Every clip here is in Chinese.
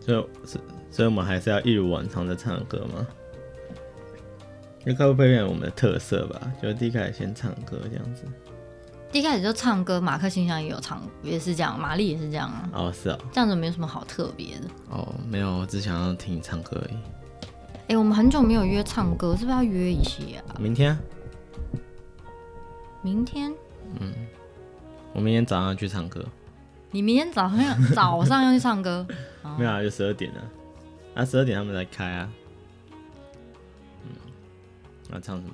所以，所所以我们还是要一如往常的唱歌吗？那该不会变我们的特色吧？就第一开始先唱歌这样子。一开始就唱歌，马克信箱也有唱，也是这样，玛丽也是这样啊，哦，是哦，这样子没有什么好特别的。哦，没有，我只想要听你唱歌而已。哎、我们很久没有约唱歌，是不是要约一下、啊？明天啊、明天？我明天早上要去唱歌。你明天早上要早上要去唱歌？没有啊，就十二点了。啊，十二点他们才开啊。嗯，要唱什么？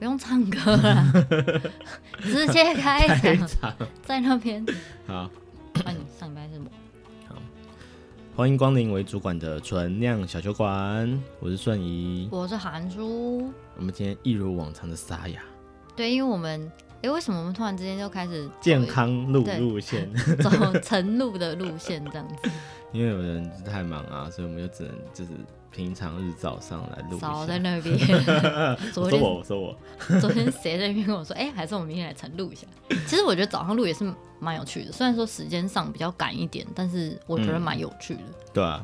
不用唱歌了，直接开开场，场。在那边。好，啊，你上礼拜是什么？欢迎光临为主管的纯酿小酒馆，我是顺仪。我是韩叔。我们今天一如往常的沙哑，对，因为我们，哎、为什么我们突然之间就开始健康路对路线。走晨露的路线这样子？因为有人就是太忙啊，所以我们就只能就是平常日早上来录一少下在。那边。我昨说天我，我说我， 昨天谁在那边跟我说，哎、还是我们明天来晨录一 下。其实我觉得早上录也是蛮有趣的，虽然说时间上比较赶一点，但是我觉得蛮有趣的。对啊，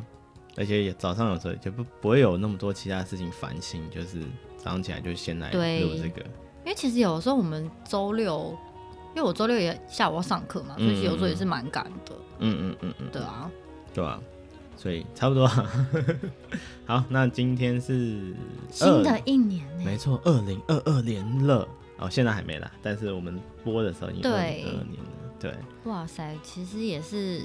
而且也早上有时候就不不会有那么多其他事情烦心，就是早上起来就先来对录这个。因为其实有的时候我们周六，因为我周六也下午要上课嘛，所以其实有时候也是蛮赶的。嗯嗯嗯嗯，对啊，对啊，所以差不多 啊。好，那今天是新的二，一年呢、没错，二零二二年了。哦，现在还没啦，但是我们播的时候已经对二零二二年了。对，哇塞，其实也是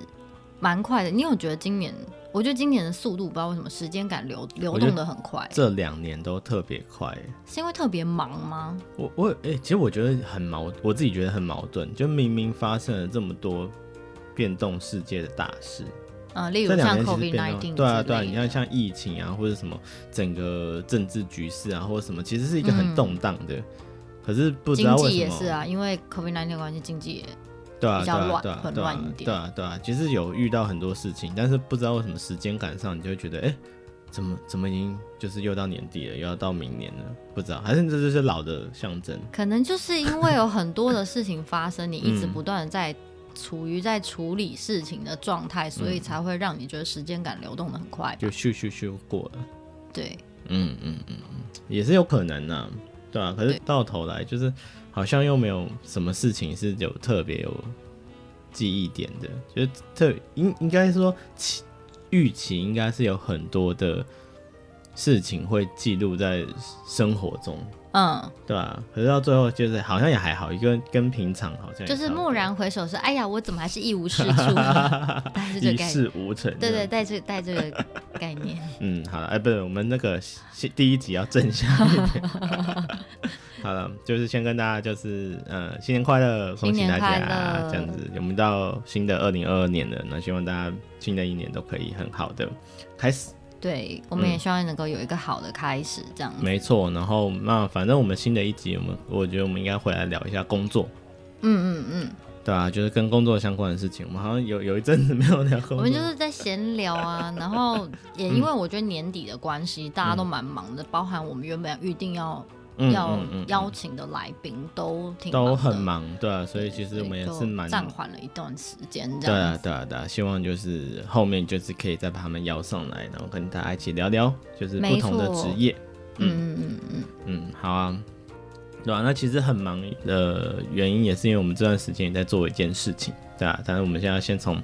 蛮快的。你有觉得今年？我觉得今年的速度不知道为什么时间感流流动的很快，这两年都特别快耶。是因为特别忙吗？我我诶、其实我觉得很矛，我自己觉得很矛盾，就明明发生了这么多变动世界的大事，呃，例如这两像年其实 COVID 变 nineteen 动，对啊对啊，你看像疫情啊，或者什么整个政治局势啊，或者什么，其实是一个很嗯动荡的。可是不知经道为什么，济也是啊，因为 COVID nineteen 关系，经济也对啊，比对较啊，乱对啊，混对乱啊一，点对啊，对啊，其实有遇到很多事情，但是不知道为什么时间感上，你就会觉得，哎、怎么怎么已经就是又到年底了，又要到明年了，不知道，还是这就是老的象征。可能就是因为有很多的事情发生，你一直不断的在处于在处理事情的状态，所以才会让你觉得时间感流动的很快吧就。咻咻咻过了，对，嗯嗯嗯，嗯，也是有可能呐、对啊，可是对到头来就是好像又没有什么事情是有特别有记忆点的，就是特应应该说期预期应该是有很多的事情会记录在生活中，嗯，对啊，可是到最后就是好像也还好，一个跟平常好像也就是差不多蓦然回首是，哎呀，我怎么还是一无是处？ 但是这一个概念，事无成，对对，，带这带这个概念，嗯，好了，哎、不是，我们那个先第一集要正向一点。好了，就是先跟大家就是呃，新年快乐，恭喜新大年快家乐这样子。我们到新的二零二二年了，那希望大家新的一年都可以很好的开始。对，我们也希望能够有一个好的开始，这样。嗯没错，然后那反正我们新的一集，我们我觉得我们应该回来聊一下工作。嗯嗯嗯，对啊，就是跟工作相关的事情，我们好像有有一阵子没有聊工作。我们就是在闲聊啊，然后也嗯因为我觉得年底的关系，大家都蛮忙的，包含我们原本预定要嗯要嗯嗯嗯邀请的来宾都挺都忙很的，忙，对啊，所以其实所我以们也就是蛮暂缓了一段时间这对啊，样。对啊，对啊，希望就是后面就是可以再把他们邀上来，然后跟大家一起聊聊，就是不没同的错职业。嗯嗯嗯嗯，好啊，对啊，那其实很忙的原因也是因为我们这段时间也在做一件事情，对啊，但是我们现在先从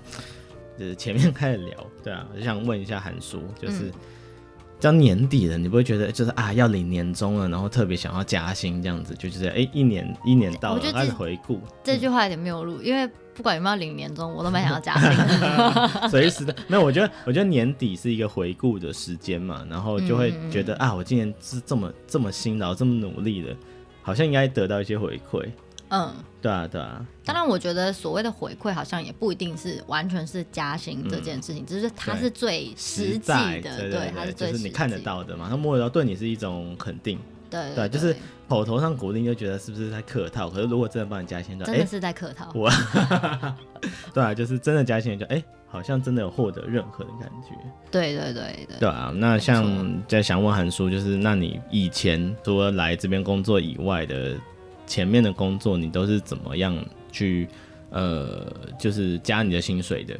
就是前面开始聊， 对啊，我就想问一下韩叔，嗯就是。到年底了，你不会觉得就是啊，要领年终了，然后特别想要加薪这样子，就觉得哎、一年一年到我了觉，得开始这回顾，嗯，这句话有点没有录，因为不管有没有领年终，我都蛮想要加薪的。 随时的，没有，我觉得，我觉得年底是一个回顾的时间嘛，然后嗯就会觉得、啊，我今年是这么这么辛劳，这么努力的，好像应该得到一些回馈，嗯，对啊，对啊，当然我觉得所谓的回馈好像也不一定是完全是加薪这件事情，只是它是最实际嗯在，的，对它是对，最就实是际你看得，到的嘛，他摸得到，对你是一种肯定，对对啊，就是口头上鼓励，你就觉得是不是在客套，可是如果真的帮你加薪，就真哎的，是在客套。我，对啊，就是真的加薪，就哎，好像真的有获得认可的感觉，对对对对，对啊，那像在想问韩叔，就是那你以前除了来这边工作以外的前面的工作，你都是怎么样去呃，就是加你的薪水的？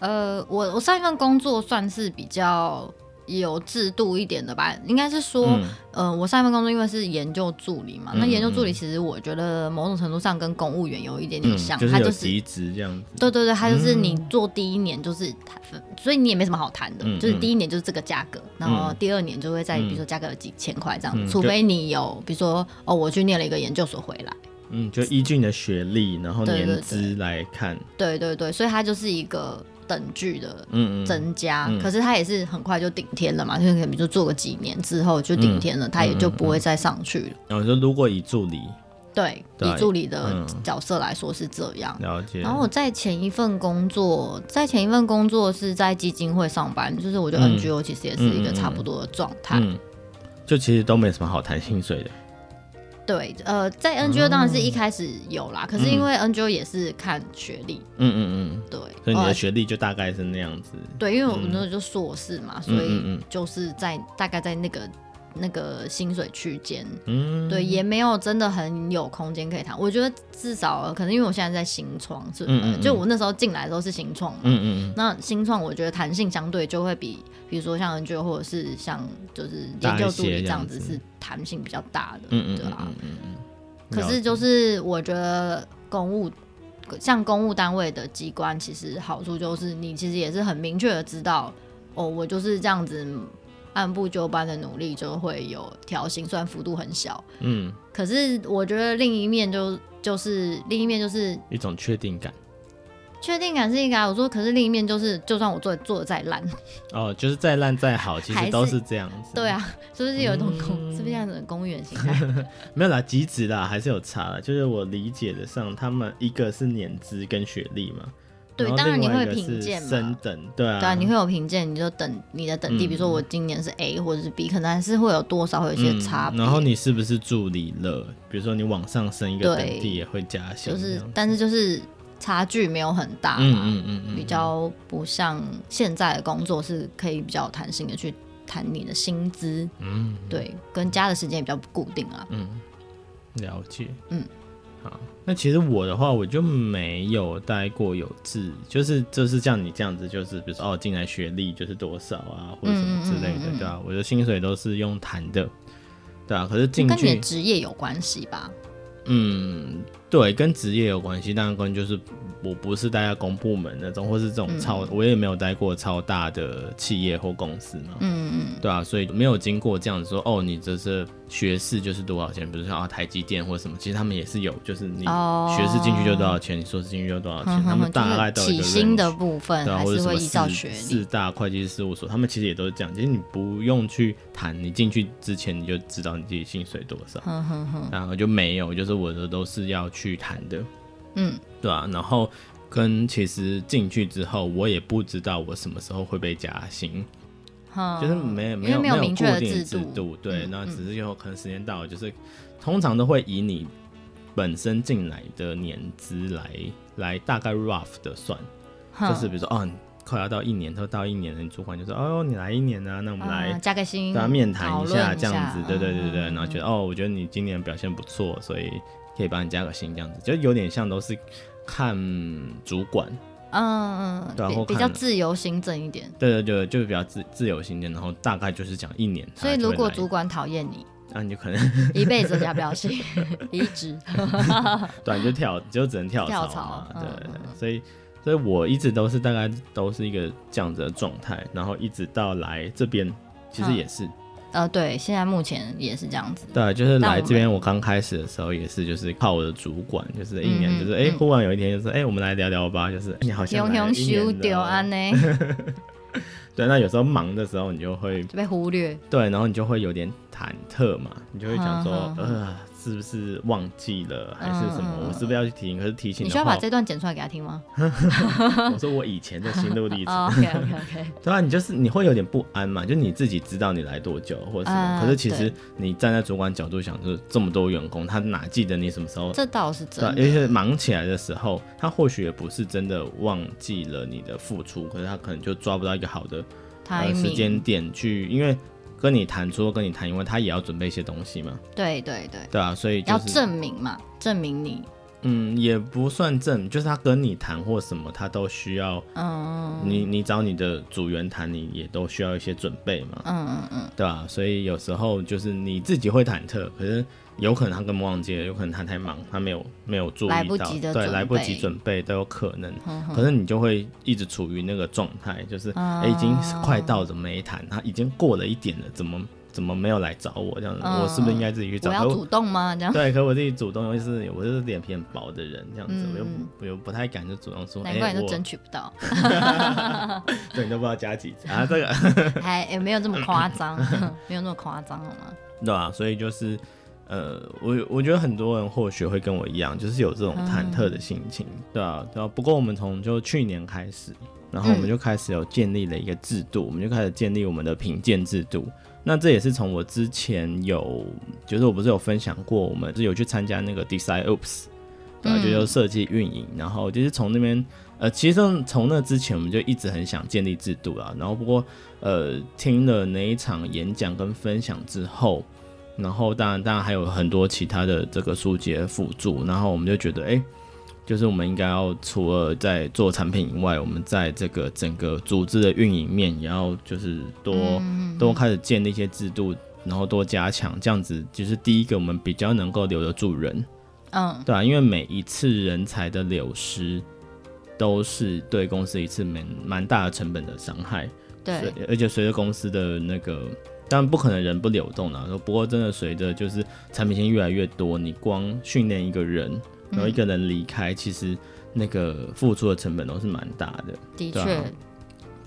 呃，我我上一份工作算是比较有制度一点的吧，应该是说，嗯呃，我上一份工作因为是研究助理嘛，那嗯研究助理嗯其实我觉得某种程度上跟公务员有一点点嗯，像，就是他有嗯就是极值这样子，对对对，它就是你做第一年就是谈，所以你也没什么好谈的，嗯就是嗯第一年就是这个价格，然后第二年就会在嗯比如说加个几千块这样子，嗯除就非你有比如说哦，我去念了一个研究所回来，嗯，就依据你的学历，然后对对年对资来看，对对对，所以它就是一个等距的嗯嗯，增加，嗯可是它也是很快就顶天了嘛，就是可能比如说做个几年之后就顶天了，嗯它也就不会再上去了。然后说如果以助理对，嗯对啊以助理的嗯角色来说是这样，了解，然后我在前一份工作，在前一份工作是在基金会上班，就是我觉得嗯 NGO 其实也是一个嗯嗯嗯差不多的状态。嗯，就其实都没什么好谈薪水的，嗯对，呃，在 NGO 当然是一开始有啦，可是因为 NGO 也是看学历，嗯嗯对，嗯，所以你呃的学历就大概是那样子，对，因为我们那时候就硕士嘛，所嗯以嗯就是在大概在那个那个薪水区间。嗯，对，也没有真的很有空间可以谈。我觉得至少可能因为我现在在新创，是、嗯呃嗯嗯就我那时候进来的时候是新创嘛，嗯嗯那新创我觉得弹性相对就会比，比如说像 NGO 或者是像就是研究助理这样子大一些这样子是弹性比较大的，嗯嗯对嗯啊。嗯嗯，可是就是我觉得公务像公务单位的机关，其实好处就是你其实也是很明确的知道，哦，我就是这样子按部就班的努力就会有调薪，虽然幅度很小，嗯可是我觉得另一面就就是另一面就是一种确定感。确定感是一个、啊，我说可是另一面就是就算我做做的再烂。哦，就是再烂再好，其还实是都是这样子。对，啊， 是不是有一种公，嗯是不是这样子的公务员心 态？没有啦，极值啦，还是有差啦。就是我理解的上，他们一个是年资跟学历嘛，对然后当然另你会外一个评是鉴嘛升等，对啊，对啊，你会有评鉴，你就等你的等地，嗯比如说我今年是 A 或者是 B，可能还是会有多少会有一些嗯差别。然后你是不是助理了？比如说你往上升一个对等地也会加薪就这是啊样，，但是就是差距没有很大嗯嘛，嗯嗯嗯，比较不像现在的工作是可以比较有弹性的去谈你的薪资，嗯对，跟家的时间也比较固定啊。了解，嗯，好。那其实我的话，我就没有待过有志，就是就是像你这样子，就是比如说哦，进来学历就是多少啊，或者什么之类的，嗯嗯嗯嗯嗯对吧、啊？我的薪水都是用谈的，对啊。可是进跟你的去，职业有关系吧？嗯，对，跟职业有关系，但关就是我不是待在公部门那种，或是这种超，我也没有待过超大的企业或公司嘛，嗯对啊，所以没有经过这样子说，哦，你这是学士就是多少钱，比如说啊台积电或什么，其实他们也是有，就是你哦学士进去就多少钱，你硕士进去就多少嗯，哼钱，啊他哼们哼，大概都就有一是个起薪的 range 部分对啊，嗯还或者是什会么依照四学历四。大会计师事务所，他们其实也都是这样，其实你不用去谈，你进去之前你就知道你自己薪水多少，哼哼哼，然后就没有，就是我的都是要去谈的，嗯，对啊，然后跟其实进去之后，我也不知道我什么时候会被加薪，哼就是没哦因没为有没有明确固的定制制度，对，嗯那嗯只是有可能时间到了，就是通常都会以你本身进来的年资来来大概 rough 的算，哼就是比如说哦，你快要到一年，都到一年了，你主管就说哦，你来一年啊，那我们啊来。加个薪，跟他面谈讨一论下，下这样子，对对对对，嗯然后觉得哦，我觉得你今年表现不错，所以可以帮你加个薪，这样子，就有点像都是看主管，嗯嗯对啊嗯，或比比看较啊了自由行政一点。对对对，就是比较自自由行点，然后大概就是讲一年，所以如果主管讨厌你， 那、啊、你就可能 一辈子都加不了 薪，离职。短就跳，就只能跳槽跳嘛，槽对嗯对嗯对，所以所以我一直都是大概都是一个这样子的状态，然后一直到来这边，其实嗯也是，呃，对，现在目前也是这样 子。对，就是但我来们这边我刚开始的时候也是，就是靠我的主管，就是一年嗯嗯就是哎、嗯忽然有一天就是哎、我们来聊聊吧，就是哎你好熊像来了熊一年修了丢安呢， 对，那有时候忙的时候你就会就被忽略。对，然后你就会有点忐忑嘛，你就会想说，嗯嗯呃，是不是忘记了，还是什么？嗯嗯嗯我是不是要去提醒？可是提醒你的需要话把这段剪出来给他听吗 哦我说我以前的心路历 程， ？OK OK OK，对啊，你就是你会有点不安嘛，就你自己知道你来多久或者什么，啊可是其实对你站在主管角度想，就是这么多员工，他哪记得你什么时候？这倒是对啊，真而的。且忙起来的时候，他或许也不是真的忘记了你的付出，可是他可能就抓不到一个好的呃时 timing，间点去，因为跟你谈，除了跟你谈以外，他也要准备一些东西嘛，对对对，对啊，所以就要是证明嘛，证明你嗯，也不算正，就是他跟你谈或什么，他都需要嗯你，你找你的组员谈，你也都需要一些准备嘛，嗯嗯嗯，对吧、所以有时候就是你自己会忐忑，可是有可能他根本忘记了，有可能他太忙，他没有没有注意到，来不及的对，准来不备及准备都有可能。哼哼啊可是你就会一直处于那个状态，就是哎、已经快到怎么没谈？他已经过了一点了，怎么怎么没有来找我？这样子，嗯我是不是应该自己去找？我他？要主动吗？这样， 对，可我自己主动，尤其是我就是脸皮很薄的人，这样子，我又嗯我又不太敢就主动说，哎、难怪你都 我争取不到，对，你都不知道加几次啊，这个 还也没有这么夸张，没有那么夸张好吗？对吧、所以就是。呃，我我觉得很多人或许会跟我一样，就是有这种忐忑的心情，对啊，对啊。不过我们从就去年开始，然后我们就开始有建立了一个制度，我们就开始建立我们的评鉴制度。那这也是从我之前有，就是我不是有分享过，我们是有去参加那个 Design Oops，对、啊，嗯就就设计运营，然后就是从那边，呃，其实从那之前我们就一直很想建立制度啦，然后不过呃听了那一场演讲跟分享之后，然后当然当然还有很多其他的这个书籍的辅助，然后我们就觉得哎。诶就是我们应该要除了在做产品以外，我们在这个整个组织的运营面也要就是多、多开始建立一些制度，然后多加强，这样子就是第一个我们比较能够留得住人，嗯对啊，因为每一次人才的流失都是对公司一次蛮蛮大的成本的伤害，对，随而且随着公司的那个，当然不可能人不流动啦。不过真的随着就是产品线越来越多，你光训练一个人，然后一个人离开，其实那个付出的成本都是蛮大的。的对啊确，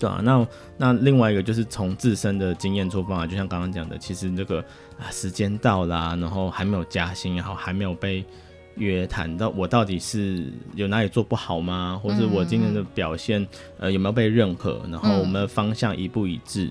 对啊，那那另外一个就是从自身的经验出发，就像刚刚讲的，其实这个啊时间到啦，然后还没有加薪，然后还没有被约谈到，我到底是有哪里做不好吗？或是我今天的表现、呃有没有被认可？然后我们的方向一不一致，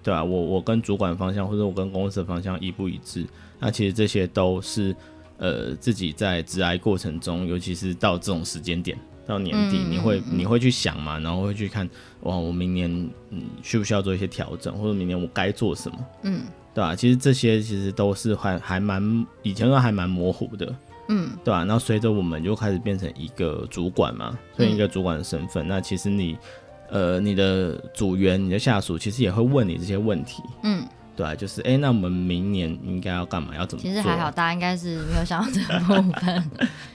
对吧、我我跟主管方向或者我跟公司的方向一不一致，那其实这些都是呃自己在职涯过程中，尤其是到这种时间点。到年底，嗯你会你会去想嘛，然后会去看哇，我明年嗯需不需要做一些调整，或者明年我该做什么，嗯对啊吧、其实这些其实都是还还蛮以前都还蛮模糊的，嗯对吧、然后随着我们就开始变成一个主管嘛，所以一个主管的身份，那其实你呃你的组员、你的下属其实也会问你这些问题，嗯，对啊，就是哎、诶那我们明年应该要干嘛，要怎么做？其实还好，大家应该是没有想到这个部分，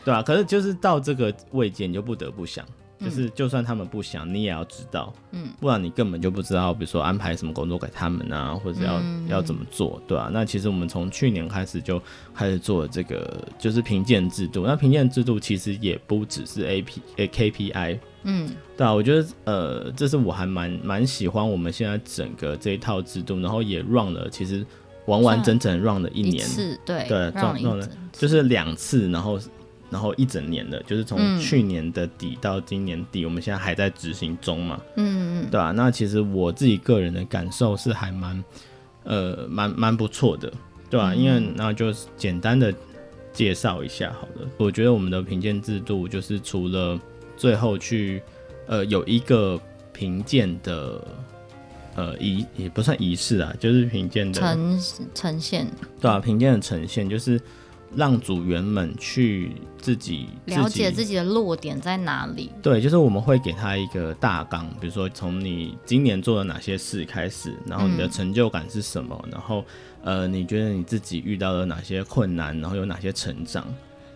对啊，可是就是到这个位阶，你就不得不想，就是就算他们不想，你也要知道，嗯，不然你根本就不知道，比如说安排什么工作给他们啊，或者要、嗯要怎么做，对啊，那其实我们从去年开始就开始做这个，就是评鉴制度。那评鉴制度其实也不只是 A P 呃 K P I，嗯对啊，我觉得呃，这是我还蛮蛮喜欢我们现在整个这一套制度，然后也 run 了，其实完完整整 run 了一一年，次对对啊让撞一撞了整就是两次，然后然后一整年的，就是从嗯去年的底到今年底，我们现在还在执行中嘛，嗯嗯对吧、那其实我自己个人的感受是还蛮呃蛮蛮不错的，对吧、因为那就是简单的介绍一下好了。我觉得我们的评鉴制度就是除了最后去呃有一个评鉴的。呃，仪也不算仪式啊，就是评鉴的呈呈现对啊，评鉴的呈现就是让组员们去自己了解自己。己的弱点在哪里，对，就是我们会给他一个大纲，比如说从你今年做了哪些事开始，然后你的成就感是什么，嗯然后呃，你觉得你自己遇到了哪些困难，然后有哪些成长？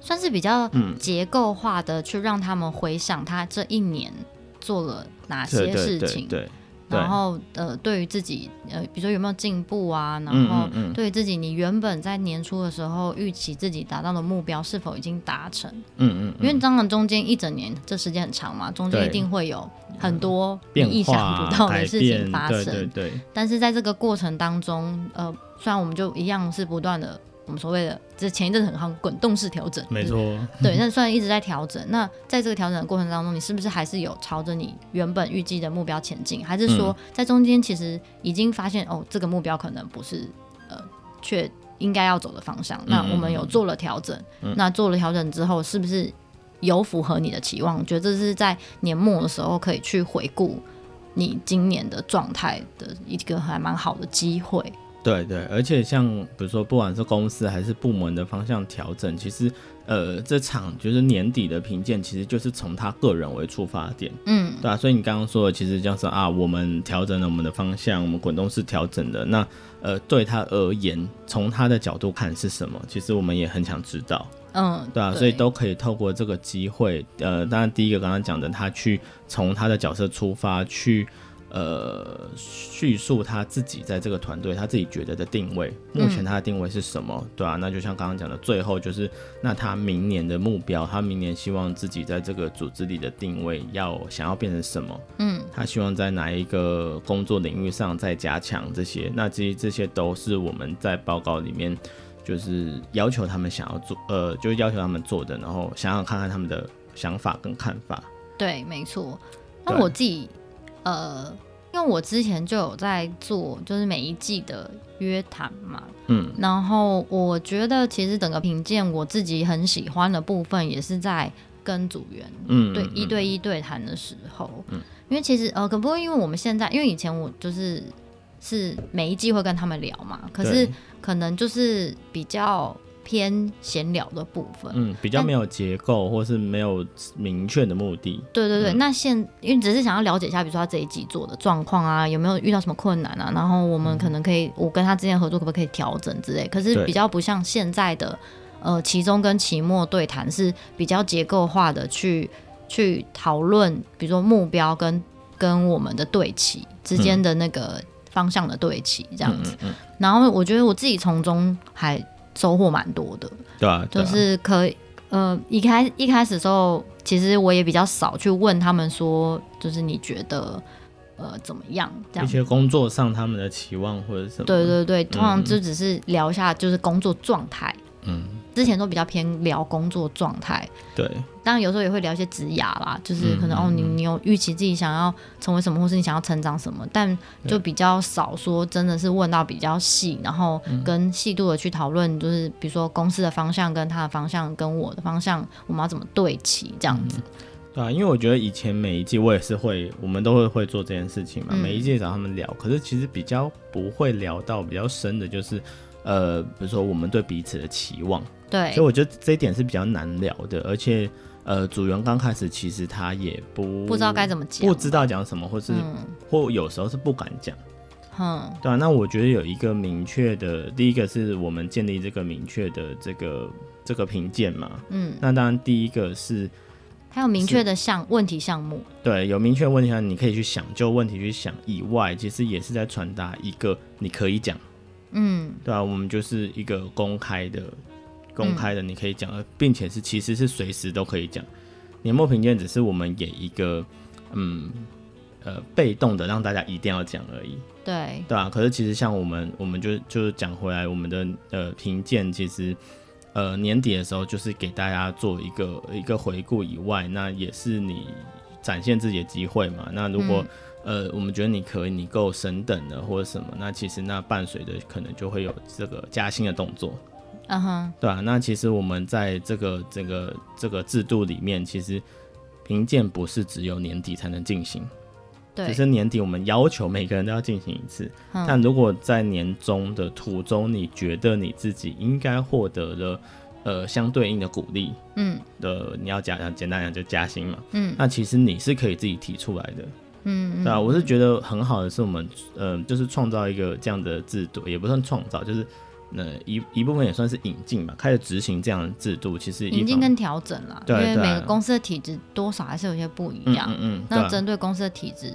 算是比较嗯结构化的去让他们回想他这一年做了哪对些对事对情，对，对然后呃，对于自己呃，比如说有没有进步啊，然嗯后嗯嗯对于自己你原本在年初的时候预期自己达到的目标是否已经达成，嗯嗯因嗯，为当然中间一整年这时间很长嘛，中间对一定会有很多你变意想化不到改的事嗯变，情发对生，对对，但是在这个过程当中，呃，虽然我们就一样是不断的。我们所谓的，这前一阵子很夯，滚动式调整，没就是错，对，那虽然一直在调整，那在这个调整的过程当中，你是不是还是有朝着你原本预计的目标前进？还是说在中间其实已经发现哦，这个目标可能不是呃，却应该要走的方向？那我们有做了调整，那做了调整之后，是不是有符合你的期望？我觉得这是在年末的时候可以去回顾你今年的状态的一个还蛮好的机会。对对，而且像比如说，不管是公司还是部门的方向调整，其实呃，这场就是年底的评鉴，其实就是从他个人为出发点，嗯，对啊，所以你刚刚说的，其实像是啊，我们调整了我们的方向，我们滚动式调整的，那呃，对他而言，从他的角度看是什么，其实我们也很想知道。嗯，对啊，所以都可以透过这个机会，呃，当然第一个刚刚讲的，他去从他的角色出发去，呃，叙述他自己在这个团队他自己觉得的定位，目前他的定位是什么，对啊，那就像刚刚讲的，最后就是那他明年的目标，他明年希望自己在这个组织里的定位要想要变成什么，嗯，他希望在哪一个工作领域上再加强这些，那其实这些都是我们在报告里面。就是要求他们想要做，呃，就是要求他们做的，然后想想看看他们的想法跟看法。对，没错。那对我自己，呃，因为我之前就有在做，就是每一季的约谈嘛，嗯，然后我觉得其实整个评鉴我自己很喜欢的部分，也是在跟组员嗯，对嗯一，对一对谈的时候，因为其实呃，可不过因为我们现在，因为以前我就是是每一季会跟他们聊嘛，可是对可能就是比较偏闲聊的部分，嗯，比较但没有结构或是没有明确的目的。对对对，那现因为只是想要了解一下，比如说他这一季做的状况啊，有没有遇到什么困难啊，然后我们可能可以，我跟他之间合作可不可以调整之类。可是嗯对比较不像现在的，呃，期中跟期末对谈是比较结构化的去去讨论，比如说目标跟跟我们的对齐之间的那个方向的对齐这样子。嗯，嗯然后我觉得我自己从中还收获蛮多的。嗯对啊，对就啊是可以，呃，一开一开始的时候，其实我也比较少去问他们说，就是你觉得呃怎么样这一样。些工作上他们的期望或者什么。对，对对，通常就只是聊一下就是工作状态，嗯，之前都比较偏聊工作状态，对，当然有时候也会聊一些职涯啦，就是可能、嗯哦嗯你你有预期自己想要成为什么，或是你想要成长什么，但就比较少说真的是问到比较细，然后嗯跟细度的去讨论，就是比如说公司的方向跟他的方向跟我的方向，我们要怎么对齐这样子。对啊，因为我觉得以前每一季我也是会，我们都会会做这件事情嘛，嗯每一季找他们聊，可是其实比较不会聊到比较深的，就是呃，比如说我们对彼此的期望。对所以，我觉得这一点是比较难聊的，而且呃，组员刚开始其实他也不不知道该怎么讲，不知道讲什么，或是、嗯或有时候是不敢讲，嗯对啊，那我觉得有一个明确的，第一个是我们建立这个明确的这个这个评鉴嘛，嗯，那当然第一个是还有明确的项问题项目，对有明确问题上你可以去想，就问题去想以外，其实也是在传达一个你可以讲。嗯对啊，我们就是一个公开的、公开的，你可以讲，而并且是其实是随时都可以讲。年末评鉴只是我们给一个，嗯，呃，被动的让大家一定要讲而已，对，对啊，可是其实像我们，我们就就是讲回来，我们的呃评鉴其实。呃，年底的时候就是给大家做一个一个回顾以外，那也是你展现自己的机会嘛。那如果、呃，我们觉得你可以，你够升等的或者什么，那其实那伴随的可能就会有这个加薪的动作，嗯哼，对啊，那其实我们在这个这个这个制度里面，其实评鉴不是只有年底才能进行，只对，是年底我们要求每个人都要进行一次。嗯但如果在年终的途中，你觉得你自己应该获得了呃相对应的鼓励嗯的，你要加，简单讲就加薪嘛。嗯那其实你是可以自己提出来的。嗯，对啊，我是觉得很好的是我们，嗯、就是创造一个这样的制度，也不算创造，就是呃一一部分也算是引进吧，开始执行这样的制度，其实一引进方跟调整啦，因对为对每个公司的体质多少还是有些不一嗯样。嗯嗯，对那啊针对公司的体质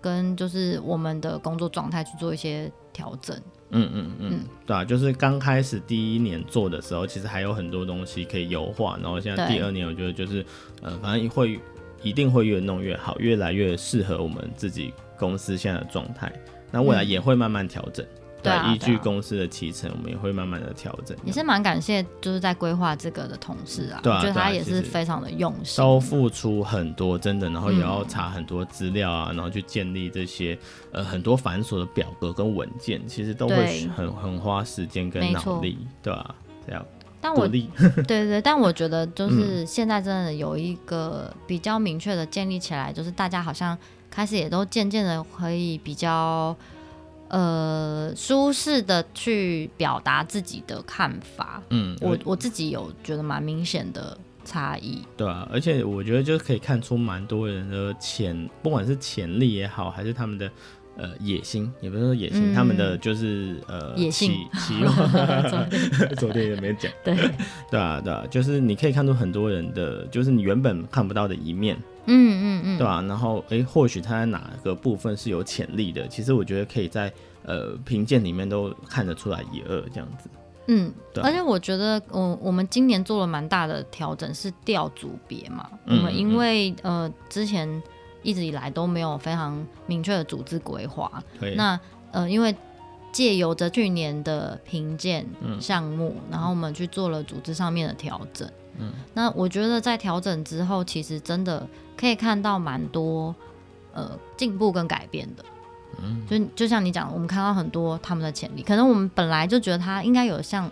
跟就是我们的工作状态去做一些调整。嗯嗯嗯嗯，对啊，就是刚开始第一年做的时候，其实还有很多东西可以优化，然后现在对第二年我觉得就是呃，反正会一定会越弄越好，越来越适合我们自己公司现在的状态。那未来嗯也会慢慢调整，对啊依对据啊公司的提成，我们也会慢慢的调整。也是蛮感谢，就是在规划这个的同事啊，啊对啊我觉得对啊他也是其实非常的用心。都付出很多，真的，然后也要查很多资料啊，然后去建立这些呃很多繁琐的表格跟文件，其实都对会很很花时间跟没脑错力，对吧、这样但独我立，对对对，但我觉得嗯就是现在真的有一个比较明确的建立起来，就是大家好像开始也都渐渐的可以比较呃舒适的去表达自己的看法。嗯，我我自己有觉得蛮明显的差异。对啊，而且我觉得就是可以看出蛮多人的潜，不管是潜力也好，还是他们的呃野心，也不是说野心，嗯他们的就是呃野性 期期望。 昨天也没讲，对，对啊对啊，就是你可以看出很多人的，就是你原本看不到的一面，嗯嗯嗯，对吧、然后诶，或许他在哪个部分是有潜力的，其实我觉得可以在呃评鉴里面都看得出来一二这样子。嗯，对啊而且我觉得，呃我我们今年做了蛮大的调整，是调组别嘛。嗯我们因为呃之前一直以来都没有非常明确的组织规划，可以，那呃因为借由着去年的评鉴嗯项目，然后我们去做了组织上面的调整。嗯，那我觉得在调整之后，其实真的可以看到蛮多呃进步跟改变的。嗯，就就像你讲，我们看到很多他们的潜力，可能我们本来就觉得他应该有像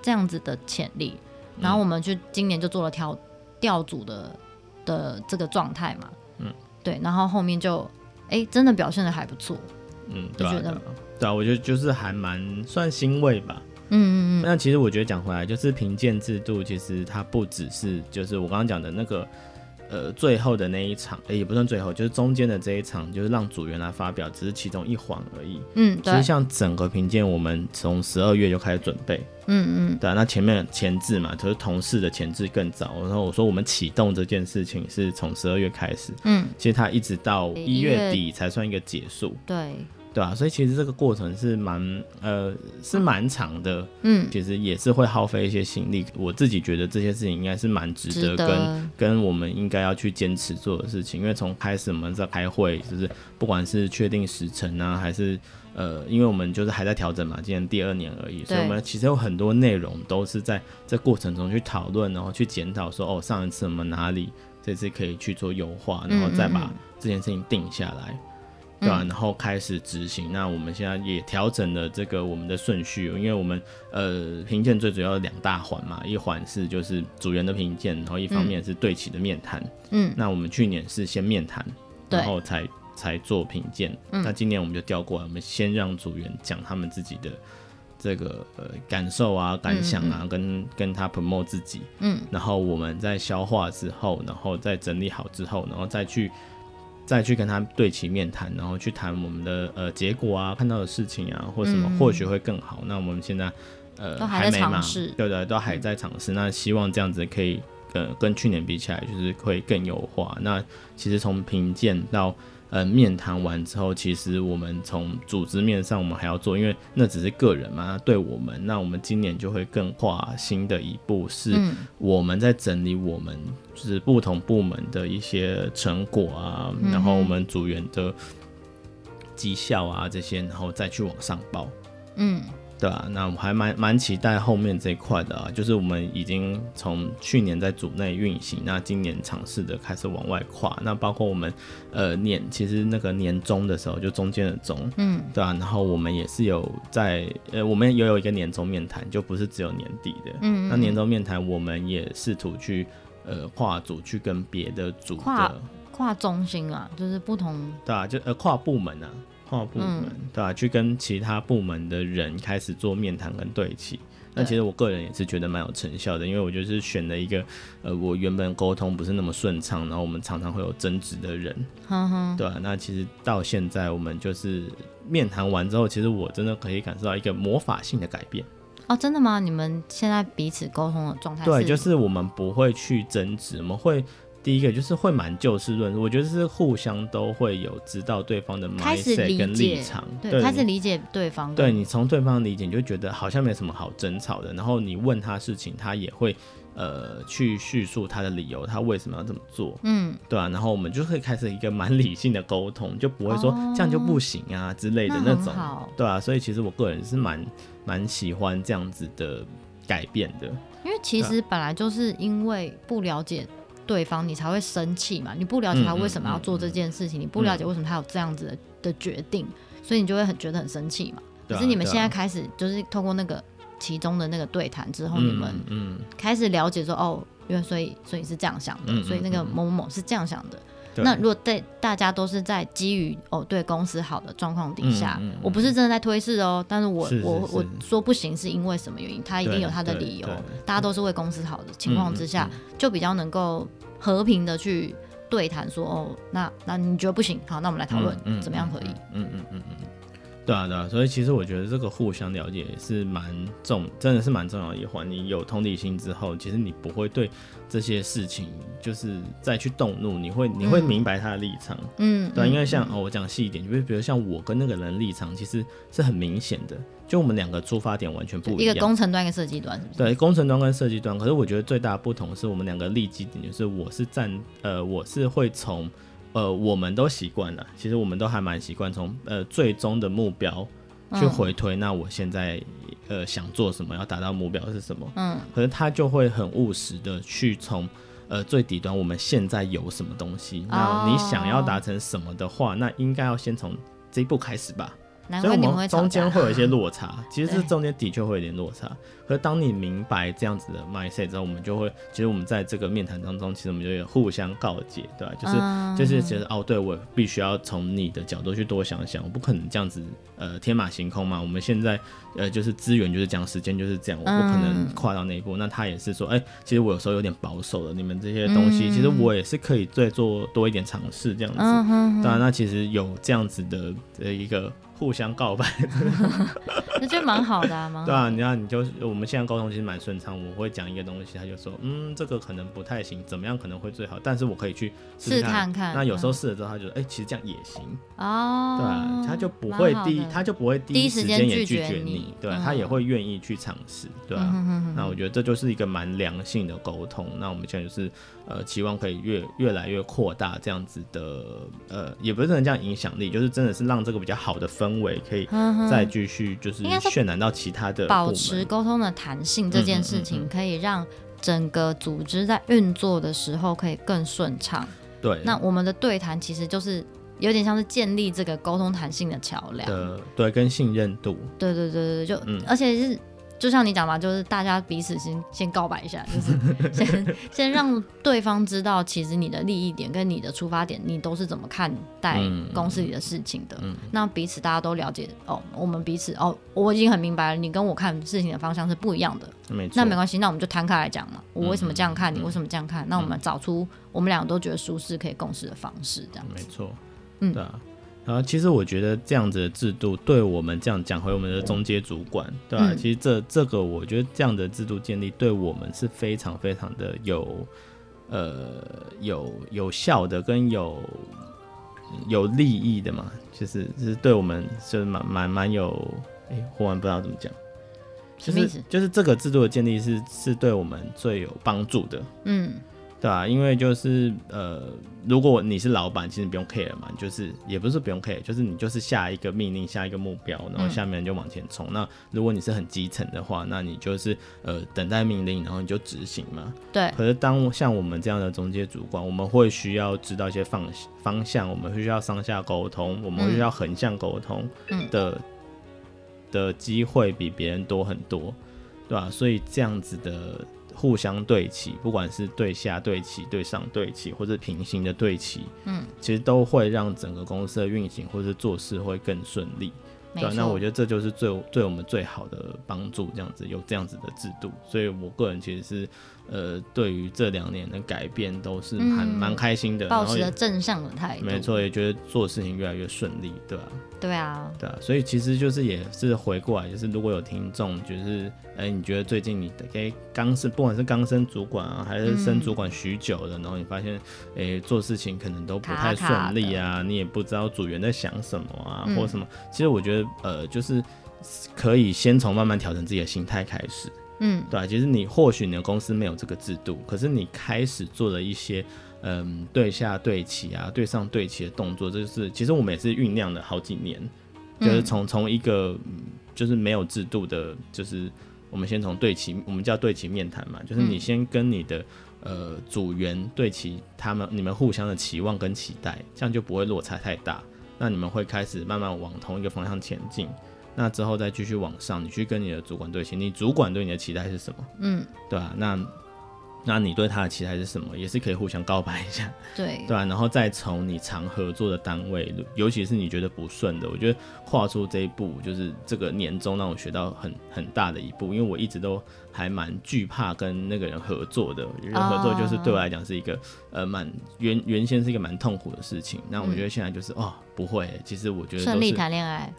这样子的潜力，嗯然后我们去今年就做了调调组的的这个状态嘛。嗯，对，然后后面就哎、诶真的表现的还不错。嗯，对吧、就觉对得啊对啊，我觉得就是还蛮算欣慰吧。嗯嗯嗯，那其实我觉得讲回来，就是评鉴制度，其实它不只是就是我刚刚讲的那个，呃，最后的那一场，诶也不算最后，就是中间的这一场，就是让组员来发表，只是其中一环而已。嗯其对实，像整个评鉴，我们从十二月就开始准备，嗯嗯对啊，那前面前置嘛，就是同事的前置更早。然后我说我们启动这件事情是从十二月开始，嗯，其实它一直到一一月月底才算一个结束，对，对啊，所以其实这个过程是蛮呃是蛮长的，嗯，其实也是会耗费一些心力。我自己觉得这些事情应该是蛮值值得跟得跟我们应该要去坚持做的事情，因为从开始我们在开会，就是不管是确定时程啊，还是呃，因为我们就是还在调整嘛，今年第二年而已，所以我们其实有很多内容都是在这过程中去讨论，然后去检讨说哦，上一次我们哪里，这次可以去做优化，然后再把这件事情定下来。对啊，然后开始执行。那我们现在也调整了这个我们的顺序，因为我们呃评鉴最主要有两大环嘛，一环是就是组员的评鉴，然后一方面是对齐的面谈。嗯那我们去年是先面谈，对嗯然后才才做评鉴。那今年我们就调过来，我们先让组员讲他们自己的这个呃感受啊、感想啊，跟跟他 promote 自己。嗯，然后我们在消化之后，然后再整理好之后，然后再去。再去跟他对齐面谈，然后去谈我们的呃结果啊，看到的事情啊，或什么，或许会更好。那我们现在呃嗯都还在没嘛尝试对对，都还在尝试。那希望这样子可以呃跟去年比起来，就是会更优化。那其实从评鉴到呃面谈完之后，其实我们从组织面上我们还要做，因为那只是个人嘛，那对我们，那我们今年就会更跨新的一步，是嗯我们在整理我们就是不同部门的一些成果啊，然后我们组员的绩效啊这些，然后再去往上报。嗯对啊，那我还蛮蛮期待后面这一块的啊，就是我们已经从去年在组内运行，那今年尝试的开始往外跨，那包括我们呃年其实那个年终的时候，就中间的中，嗯，对啊，然后我们也是有在呃，我们也有一个年终面谈，就不是只有年底的，嗯那年终面谈我们也试图去呃跨组去跟别的组跨的，跨中心啊，就是不同，对啊，就呃跨部门啊，跨部嗯门、对啊，去跟其他部门的人开始做面谈跟对齐。那对其实我个人也是觉得蛮有成效的，因为我就是选了一个呃我原本沟通不是那么顺畅，然后我们常常会有争执的人，哼哼，对啊，那其实到现在我们就是面谈完之后，其实我真的可以感受到一个魔法性的改变。哦，真的吗？你们现在彼此沟通的状态对，就是我们不会去争执，我们会第一个就是会蛮就事论事，我觉得是互相都会有知道对方的开始 mindset 跟理立解场，对，开始理解对方的，对你从对方的理解，你就觉得好像没什么好争吵的。然后你问他事情，他也会呃去叙述他的理由，他为什么要这么做，嗯，对啊，然后我们就会开始一个蛮理性的沟通，就不会说哦这样就不行啊之类的那那很种，好对啊。所以其实我个人是蛮蛮喜欢这样子的改变的，因为啊其实本来就是因为不了解。对方，你才会生气嘛？你不了解他嗯嗯为什么要做这件事情，你不了解为什么他有这样子的的决定，所以你就会很觉得很生气嘛。对可啊是你们对啊现在开始，就是透过那个其中的那个对谈之后，你们嗯嗯开始了解说，哦，原来所以所以是这样想的，嗯嗯所以那个某某某是这样想的。对啊那如果对大家都是在基于哦对公司好的状况底下，嗯嗯嗯我不是真的在推事哦，但是我是是我是我说不行是因为什么原因，他一定对有他的对理由对。大家都是为公司好的情况之下，嗯就比较能够和平的去对谈说哦，那那你觉得不行，好，那我们来讨论、嗯嗯怎么样可以。嗯嗯嗯嗯，对啊对啊，所以其实我觉得这个互相了解也是蛮重，真的是蛮重要的一环。你有同理心之后，其实你不会对这些事情就是再去动怒，你会你会嗯明白他的立场。嗯，对啊、嗯因为像哦，我讲细一点，就比如比如像我跟那个人立场其实是很明显的，就我们两个出发点完全不一样。个工程端，一个设计端，是不是？对工程端跟设计端，可是我觉得最大的不同是我们两个立基点，就是我是站呃，我是会从呃，我们都习惯了，其实我们都还蛮习惯从呃最终的目标去嗯回推，那我现在呃想做什么，要达到目标是什么，嗯，可是他就会很务实的去从。呃，最底端我们现在有什么东西？哦那你想要达成什么的话，那应该要先从这一步开始吧。难所怪以我你们们会吵中间架。会有一些落差， 其实这对中间的确会有点落差。可是当你明白这样子的 mindset 之后，我们就会，其实我们在这个面谈当中，其实我们就有互相告诫，对吧、就是、嗯就是觉得哦，对我必须要从你的角度去多想想，我不可能这样子呃天马行空嘛。我们现在呃就是资源就是这样，时间就是这样，我不可能嗯跨到那一步。那他也是说，哎、其实我有时候有点保守了，你们这些东西，其实我也是可以再做多一点尝试这样子。嗯哼当然，那其实有这样子的的一个互相告白， 哼，那就蛮好的啊，蛮好对的。啊，你看，你就我们现在沟通其实蛮顺畅，我会讲一个东西，他就说，嗯，这个可能不太行，怎么样可能会最好，但是我可以去试试看看嗯那有时候试了之后，他就说，哎、其实这样也行，哦，对啊，他就不会第一，他就不会第第一一时时间间也拒拒绝绝你你，对啊、嗯他也会愿意去尝试，对啊。那我觉得这就是一个蛮良性的沟通。那我们现在就是呃，期望可以越越来越扩大这样子的呃，也不是能这样影响力，就是真的是让这个比较好的氛围可以再继续就是嗯应该说渲染到其他的部保门嗯持沟通的弹性这件事情，可以让整个组织在运作的时候可以更顺畅。对那我们的对谈其实就是有点像是建立这个沟通弹性的桥梁。的对跟信任度，对对对对，对就、嗯而且是就像你讲嘛，就是大家彼此先先告白一下，就是 先先让对方知道，其实你的利益点跟你的出发点，你都是怎么看待嗯公司里的事情的。嗯那彼此大家都了解哦，我们彼此哦，我已经很明白了，你跟我看事情的方向是不一样的。没错，那没关系，那我们就摊开来讲嘛。我为什么这样看，嗯你为什么这样看？那我们找出我们两个都觉得舒适、可以共识的方式，这样没子。错，嗯对啊。然后其实我觉得这样子的制度，对我们这样讲回我们的中介主管，对吧、嗯其实这这个我觉得这样的制度建立，对我们是非常非常的有，呃，有有效的跟有有利益的嘛，就是就是对我们就是蛮蛮蛮有，哎，忽然不知道怎么讲，什就么意思是？就是这个制度的建立是是对我们最有帮助的，嗯，对啊，因为就是呃，如果你是老板，其实不用 care 嘛，就是也不是不用 care，就是你就是下一个命令、下一个目标，然嗯后下面人就往前冲。那如果你是很基层的话，那你就是呃等待命令，然后你就执行嘛。对，可是当像我们这样的中介主管，我们会需要知道一些方方向，我们会需要上下沟通，我们会需要横向沟通嗯的、的机会比别人多很多，对吧、所以这样子的互相对齐，不管是对下对齐、对上对齐，或者平行的对齐，嗯，其实都会让整个公司的运行或是做事会更顺利。没对啊、那我错觉。得这就是最对我们最好的帮助，这样子有这样子的制度，所以我个人其实是呃，对于这两年的改变都是蛮嗯蛮、开心的，保然后持也着正向的态度，没错，也觉得做事情越来越顺利，对吧、对啊，对啊，所以其实就是也是回过来，就是如果有听众就是，哎、你觉得最近你的哎刚升，不管是刚升主管啊，还是升主管许久的，然后你发现，哎、做事情可能都不太顺利啊，你也不知道组员在想什么啊，嗯或什么。其实我觉得，呃，就是可以先从慢慢调整自己的心态开始，嗯，对啊，其实你或许你的公司没有这个制度，可是你开始做了一些嗯对下对齐啊、对上对齐的动作，这就是其实我们也是酝酿了好几年，就是从从一个嗯就是没有制度的，就是我们先从对齐，我们叫对齐面谈嘛，就是你先跟你的。呃，组员对齐他们，你们互相的期望跟期待，这样就不会落差太大。那你们会开始慢慢往同一个方向前进。那之后再继续往上，你去跟你的主管对齐，你主管对你的期待是什么？嗯，对啊，那那你对他的期待是什么，也是可以互相告白一下，对对吧、然后再从你常合作的单位，尤其是你觉得不顺的，我觉得跨出这一步，就是这个年终让我学到很很大的一步，因为我一直都还蛮惧怕跟那个人合作的，因为合哦作就是对我来讲是一个、呃蛮原原先是一个蛮痛苦的事情，那我觉得现在就是、哦不会，其实我觉得嗯都顺利是谈恋爱，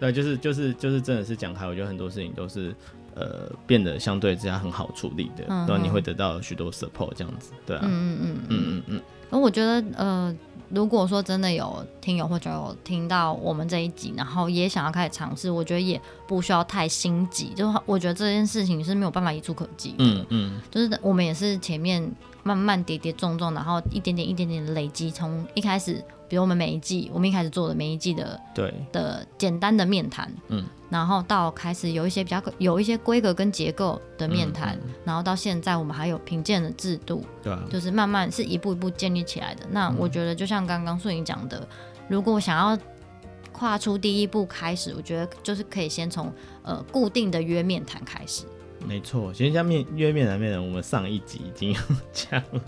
对，就是就是就是真的是讲开，我觉得很多事情都是呃变得相对之下很好处理的，嗯然后你会得到许多 support 这样子，对啊，嗯嗯嗯。嗯嗯嗯，而我觉得，呃，如果说真的有听友或者有听到我们这一集，然后也想要开始尝试，我觉得也不需要太心急，就是我觉得这件事情是没有办法一触可及的。嗯嗯就是我们也是前面慢慢跌跌撞撞，然后一点点一点点地累积，从一开始，比如我们每一季，我们一开始做的每一季的对，的简单的面谈，嗯，然后到开始有一些比较有一些规格跟结构的嗯面谈，然后到现在我们还有评鉴的制度，对啊，就是慢慢是一步一步建立起来的。那嗯我觉得就像刚刚素莹讲的，如果想要跨出第一步开始，我觉得就是可以先从呃固定的约面谈开始。没错。其实像面约面谈面谈，我们上一集已经有讲了，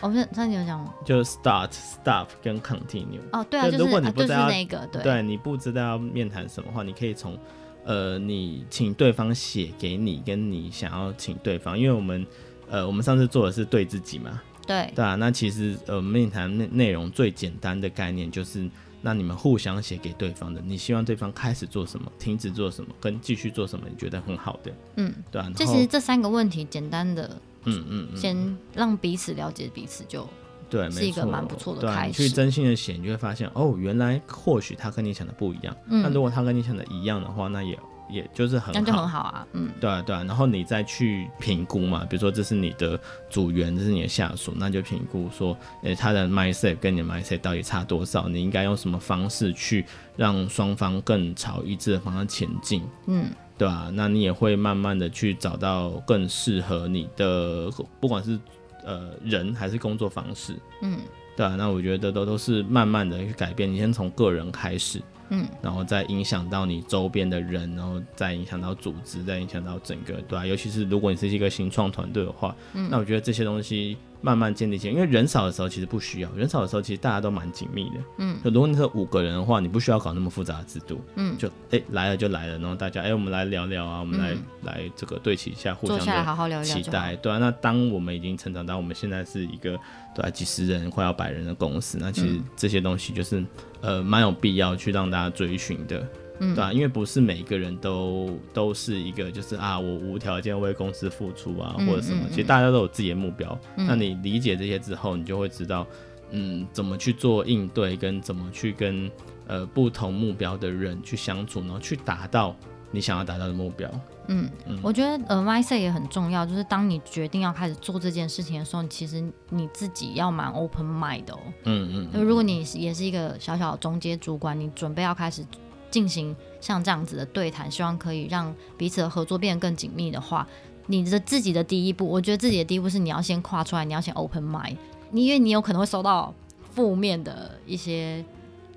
我们哦上次有讲吗就是 start、stop 跟 continue。哦，对啊，就就是如果你啊不就知是道那个对对你不知道要面谈什么话，你可以从呃，你请对方写给你，跟你想要请对方，因为我们呃，我们上次做的是对自己嘛，对对啊，那其实呃，面谈内内容最简单的概念就是，那你们互相写给对方的，你希望对方开始做什么，停止做什么，跟继续做什么，你觉得很好的，嗯，对啊，这其然实后这三个问题简单的嗯嗯嗯，先让彼此了解彼此就对，没是一个错蛮不错的对啊，开你始去真心的写，你就会发现哦，原来或许他跟你想的不一样，那、如果他跟你想的一样的话，那也也就是很嗯那就好很好啊，嗯对啊，对啊，然后你再去评估嘛，比如说这是你的组员，这是你的下属，那就评估说，诶、他的 mindset 跟你的 mindset 到底差多少？你应该用什么方式去让双方更朝一致的方向前进，嗯，对啊，那你也会慢慢的去找到更适合你的，不管是呃人还是工作方式，嗯，对啊，那我觉得都都是慢慢的去改变，你先从个人开始，嗯，然后再影响到你周边的人，然后再影响到组织，再影响到整个，对啊，尤其是如果你是一个新创团队的话，嗯，那我觉得这些东西慢慢建立起来，因为人少的时候其实不需要，人少的时候其实大家都蛮紧密的，嗯，如果你是五个人的话，你不需要搞那么复杂的制度，嗯，就哎来了就来了，然后大家哎我们来聊聊啊，我们来、来这个对齐一下，互相嗯坐的下来好好聊一聊期就好待，。对啊。那当我们已经成长到我们现在是一个对啊几十人快要百人的公司，那嗯其实这些东西就是、呃蛮有必要去让大家追寻的，嗯、对啊，因为不是每一个人都都是一个就是啊我无条件为公司付出啊或者什么，其实大家都有自己的目标。那你理解这些之后，你就会知道嗯怎么去做应对，跟怎么去跟呃不同目标的人去相处，然后去达到你想要达到的目标。嗯我觉得呃，mindset 也很重要，就是当你决定要开始做这件事情的时候，其实你自己要蛮 open mind 的哦。嗯嗯，就如果你是也是一个小小的中介主管，你准备要开始进行像这样子的对谈，希望可以让彼此的合作变得更紧密的话，你的自己的第一步，我觉得自己的第一步是你要先跨出来，你要先 open mind，你因为你有可能会收到负面的一些，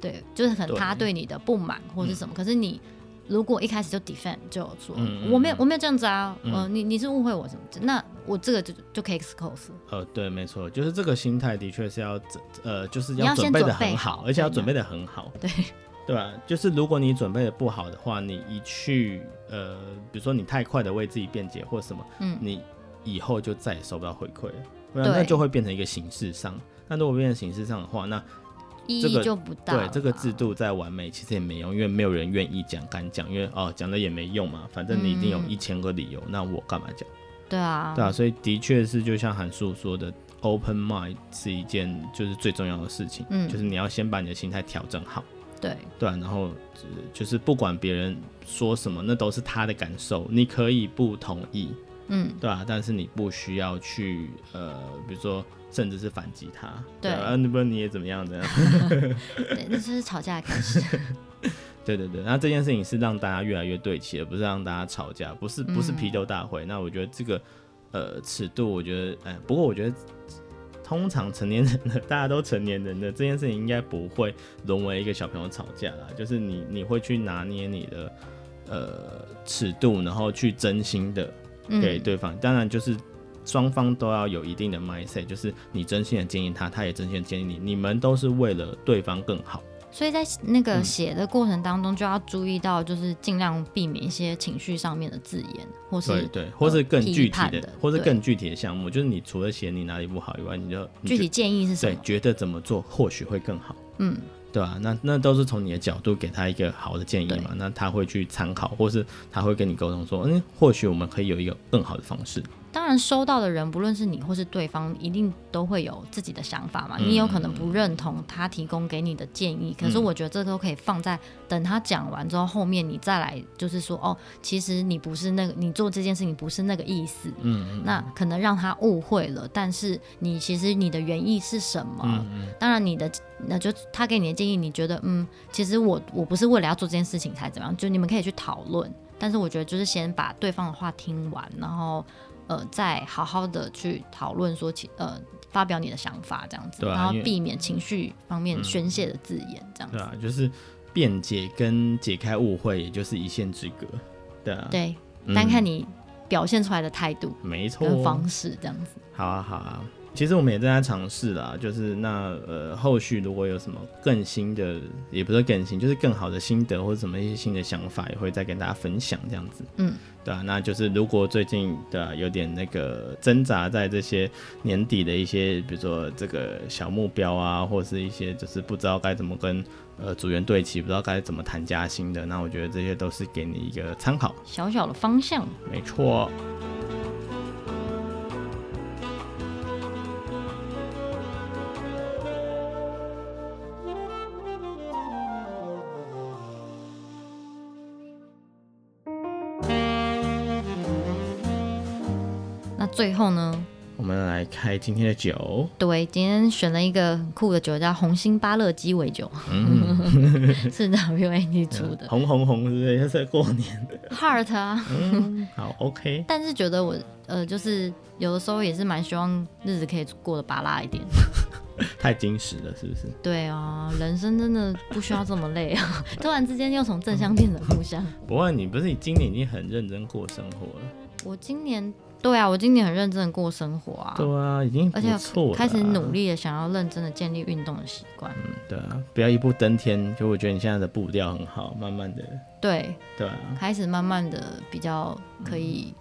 对，就是可能对他对你的不满或是什么，可是你。如果一开始就 defend 就说、嗯嗯我没有我没有这样子啊，嗯、呃，你你是误会我什么的？那我这个就就可以 excuse，呃，对，没错，就是这个心态的确是要准，呃，就是你要准先备的准备很好好，而且要对准备的很好，对，对吧？就是如果你准备的不好的话，你一去，呃，比如说你太快的为自己辩解或什么，嗯你以后就再也收不到回馈了，不然对那就会变成一个形式上。那如果变成形式上的话，那意这义个就不大对这个了啊制度再完美，其实也没用，因为没有人愿意讲敢讲，因为哦讲了也没用嘛，反正你一定有嗯一千个理由，那我干嘛讲？对啊，对啊，所以的确是就像韩素说的，open mind 是一件就是最重要的事情，嗯就是你要先把你的心态调整好，对，对啊、然后呃就是不管别人说什么，那都是他的感受，你可以不同意，嗯，对啊，但是你不需要去呃，比如说甚至是反击他，对啊，啊你不然你也怎么样怎样，对，那就是吵架的开始。 对对对，那这件事情是让大家越来越对齐，而不是让大家吵架，不是不是批斗大会。那我觉得这个呃尺度，我觉得，哎，不过我觉得呃通常成年人的大家都成年人的这件事情，应该不会沦为一个小朋友吵架啦。就是你你会去拿捏你的呃尺度，然后去真心的给对方。当然就是双方都要有一定的 mindset，就是你真心的建议他，他也真心的建议你，你们都是为了对方更好。所以在那嗯个写的过程当中，就要注意到，就是尽量避免一些情绪上面的字眼，或对是对，或是更具呃批体判的的，或是对更具体的项目，就是你除了写你哪里不好以外，你就你具就体建议是什对么？觉得怎么做或许会更好。嗯，对吧、那那都是从你的角度给他一个好的建议对嘛，那他会去参考，或是他会跟你沟通说，嗯，或许我们可以有一个更好的方式。当然，收到的人不论是你或是对方，一定都会有自己的想法嘛。你有可能嗯不认同他提供给你的建议，可是我觉得这都可以放在等他讲完之后，后面你再来就是说，哦，其实你不是那个，你做这件事情不是那个意思。嗯，那可能让他误会了，但是你其实你的原意是什么？嗯当然，你的那就他给你的建议，你觉得嗯，其实我我不是为了要做这件事情才怎么样，就你们可以去讨论。但是我觉得就是先把对方的话听完，然后呃再好好的去讨论说其呃发表你的想法这样子，对啊然后因为避免情绪方面宣泄的字眼这样子。对啊，就是辩解跟解开误会，也就是一线之隔。对啊，对，嗯单看你表现出来的态度没错。哦跟方式这样子。好啊，好啊。其实我们也正在尝试啦，就是那呃，后续如果有什么更新的，也不是更新，就是更好的心得或者什么一些新的想法，也会再跟大家分享这样子。嗯，对啊，那就是如果最近的、有点那个挣扎在这些年底的一些，比如说这个小目标啊，或是一些就是不知道该怎么跟呃组员对齐，不知道该怎么谈加薪的，那我觉得这些都是给你一个参考。小小的方向，没错。那最后呢？我们来开今天的酒，对，今天选了一个很酷的酒，叫红星巴乐鸡尾 酒，嗯是 WAT 出的红红红，是不是？要在过年。 Heart 啊。好，OK。但是觉得我呃，就是有的时候也是蛮希望日子可以过得巴拉 一点。太矜持了，是不是？对啊，人生真的不需要这么累啊！ 突然之间又从正向变成负 向。不过你不是今年已经很认真过生活了？我今年对啊，我今年很认真的过生活啊，对啊，已经不而且错了啊开始努。力的想要认真的建立运动的习惯。对啊，不要一步登天。就我觉得你现在的步调很好，慢慢的，对，对啊，开始慢慢的比较可以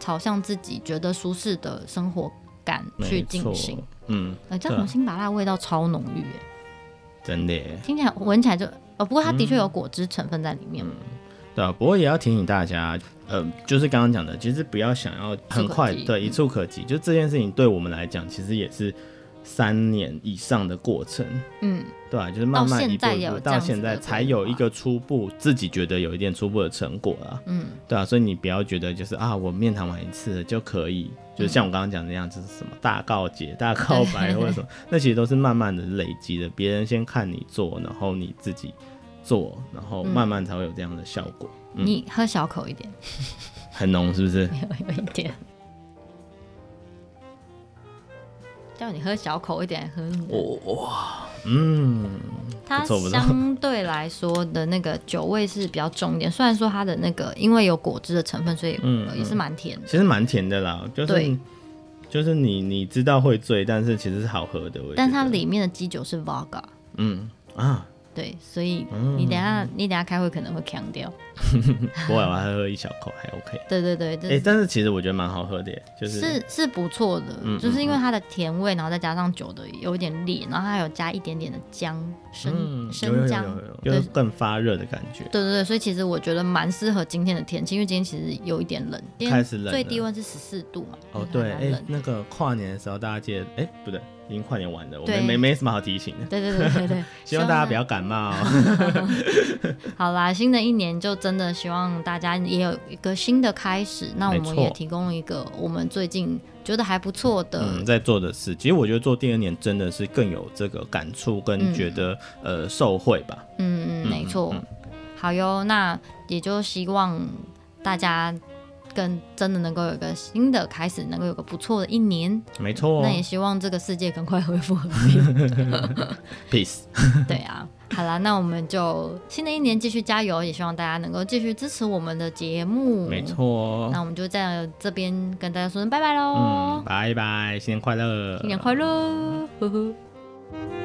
朝向自己觉得舒适的生活感去没进错行。。嗯，呃，这对啊红心麻辣味道超浓郁耶，真的耶。听起来闻起来就哦，不过它的确有果汁成分在里面。对啊，不过也要提醒大家，呃，就是刚刚讲的，其实不要想要很快一触可及对嗯一触可及，就这件事情对我们来讲，其实也是三年以上的过程。嗯，对啊，就是慢慢一步到现在一也步有到现在才有一个初步自己觉得有一点初步的成果啦。嗯，对啊，所以你不要觉得就是啊，我面谈完一次了就可以，嗯就是像我刚刚讲的那样，就是什么大告解、大告白或者什么，那其实都是慢慢的累积的。别人先看你做，然后你自己做，然后嗯慢慢才会有这样的效果。你喝小口一点，很浓是不是？没有有一点。叫你喝小口一点，喝什么哦嗯，它不错不错相对来说的那个酒味是比较重一点，虽然说它的那个因为有果汁的成分，所以嗯呃也是蛮甜的。其实蛮甜的啦，就是对就是你你知道会醉，但是其实是好喝的。我觉得但它里面的基酒是 vodka，嗯啊，对，所以嗯你等一下、你等一下开会可能会强调。不会，我还喝一小口，还 OK。对对对，这哎、但是其实我觉得蛮好喝的耶，就嗯是嗯是是不错的，就是因为它的甜味，然后再加上酒的有一点烈，然后它有加一点点的姜生、嗯，有有生有姜，有有，对就是更发热的感觉。对对对，所以其实我觉得蛮适合今天的天气，因为今天其实有一点冷，今开天始冷了最低温是十四度嘛，哦，就是对，嗯还哎、蛮冷的。那个跨年的时候，大家记得，哎、不对，已经跨年完了，我对们没没什么好提醒的，对对对 对对，希望大家不要感冒、好啦，新的一年就真的希望大家也有一个新的开始。那我没们错也提供了一个我们最近觉得还不错的，嗯，在做的事，其实我觉得做第二年真的是更有这个感触，跟嗯觉得、呃受惠吧。嗯嗯嗯，没错。好哟，那也就希望大家跟真的能够有一个新的开始，能够有个不错的一年。没错、哦那也希望这个世界赶快恢复和平。 ，peace，对啊，好啦，那我们就新的一年继续加油，也希望大家能够继续支持我们的节目。没，错哦那，我们就在这边跟大家说声拜拜嗯喽，，拜拜，新年快乐，新年快乐，呵呵。